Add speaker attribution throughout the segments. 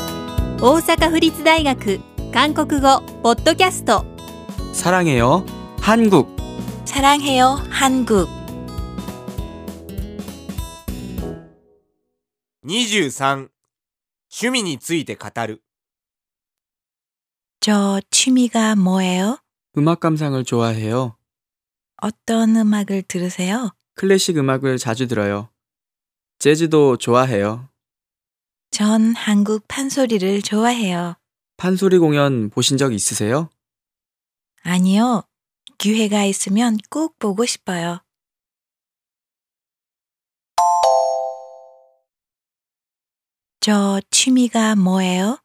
Speaker 1: 大阪府立大学韓国語ポッドキャスト
Speaker 2: 사랑해요. 한국.
Speaker 3: 사랑해요 한국
Speaker 4: 23趣味について語る
Speaker 3: 저 취미가 뭐예요?
Speaker 2: 음악 감상을 좋아해요.
Speaker 3: 어떤 음악을 들으세요?
Speaker 2: 클래식 음악을 자주 들어요. 재즈도 좋아해요.
Speaker 3: 전 한국 판소리를 좋아해요.
Speaker 2: 판소리 공연 보신 적 있으세요?
Speaker 3: 아니요. 기회가 있으면 꼭 보고 싶어요. 저 취미가 뭐예요?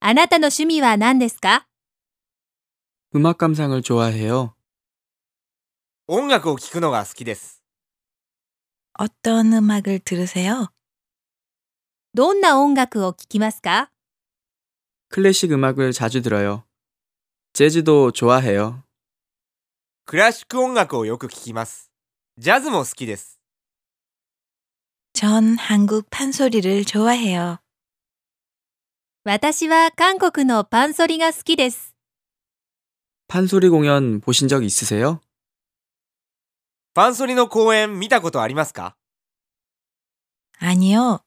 Speaker 1: あなたの趣味は何ですか
Speaker 2: 음악 감상을 좋아해요.
Speaker 4: 音楽を聴くのが好きです
Speaker 3: 어떤 음악을 들으세요?
Speaker 1: どんな音楽を聴きますか
Speaker 2: 클래식 음악을 자주 들어요. 재즈도 좋아해요.
Speaker 4: クラシック音楽をよく聴きますジャズも好きです
Speaker 3: 전 한국 판소리를 좋아해요.
Speaker 1: 私は韓国のパンソリが好きです。
Speaker 2: 판소리 공연 보신 적 있으세요?
Speaker 4: パンソリの公演見たことありますか
Speaker 3: 아니요.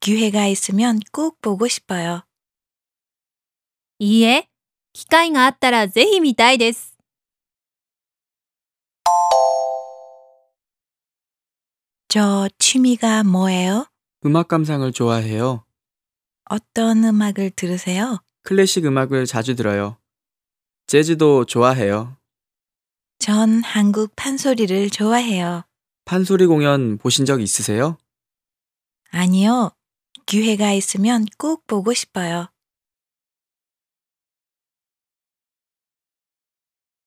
Speaker 3: 기회가 있으면 꼭 보고 싶어요.
Speaker 1: いいえ、機会があったらぜひ見たいです。
Speaker 3: 저 취미가 뭐예요?
Speaker 2: 음악 감상을 좋아해요.
Speaker 3: 어떤 음악을 들으세요?
Speaker 2: 클래식 음악을 자주 들어요. 재즈도 좋아해요.
Speaker 3: 전 한국 판소리를 좋아해요.
Speaker 2: 판소리 공연 보신 적 있으세요?
Speaker 3: 아니요. 기회가 있으면 꼭 보고 싶어요.